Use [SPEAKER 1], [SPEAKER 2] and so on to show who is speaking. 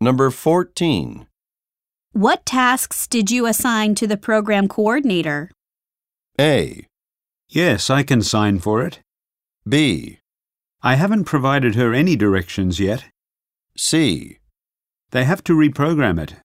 [SPEAKER 1] Number 14.
[SPEAKER 2] What tasks did you assign to the program coordinator?
[SPEAKER 1] A.
[SPEAKER 3] Yes, I can sign for it.
[SPEAKER 1] B.
[SPEAKER 3] I haven't provided her any directions yet.
[SPEAKER 1] C.
[SPEAKER 3] They have to reprogram it.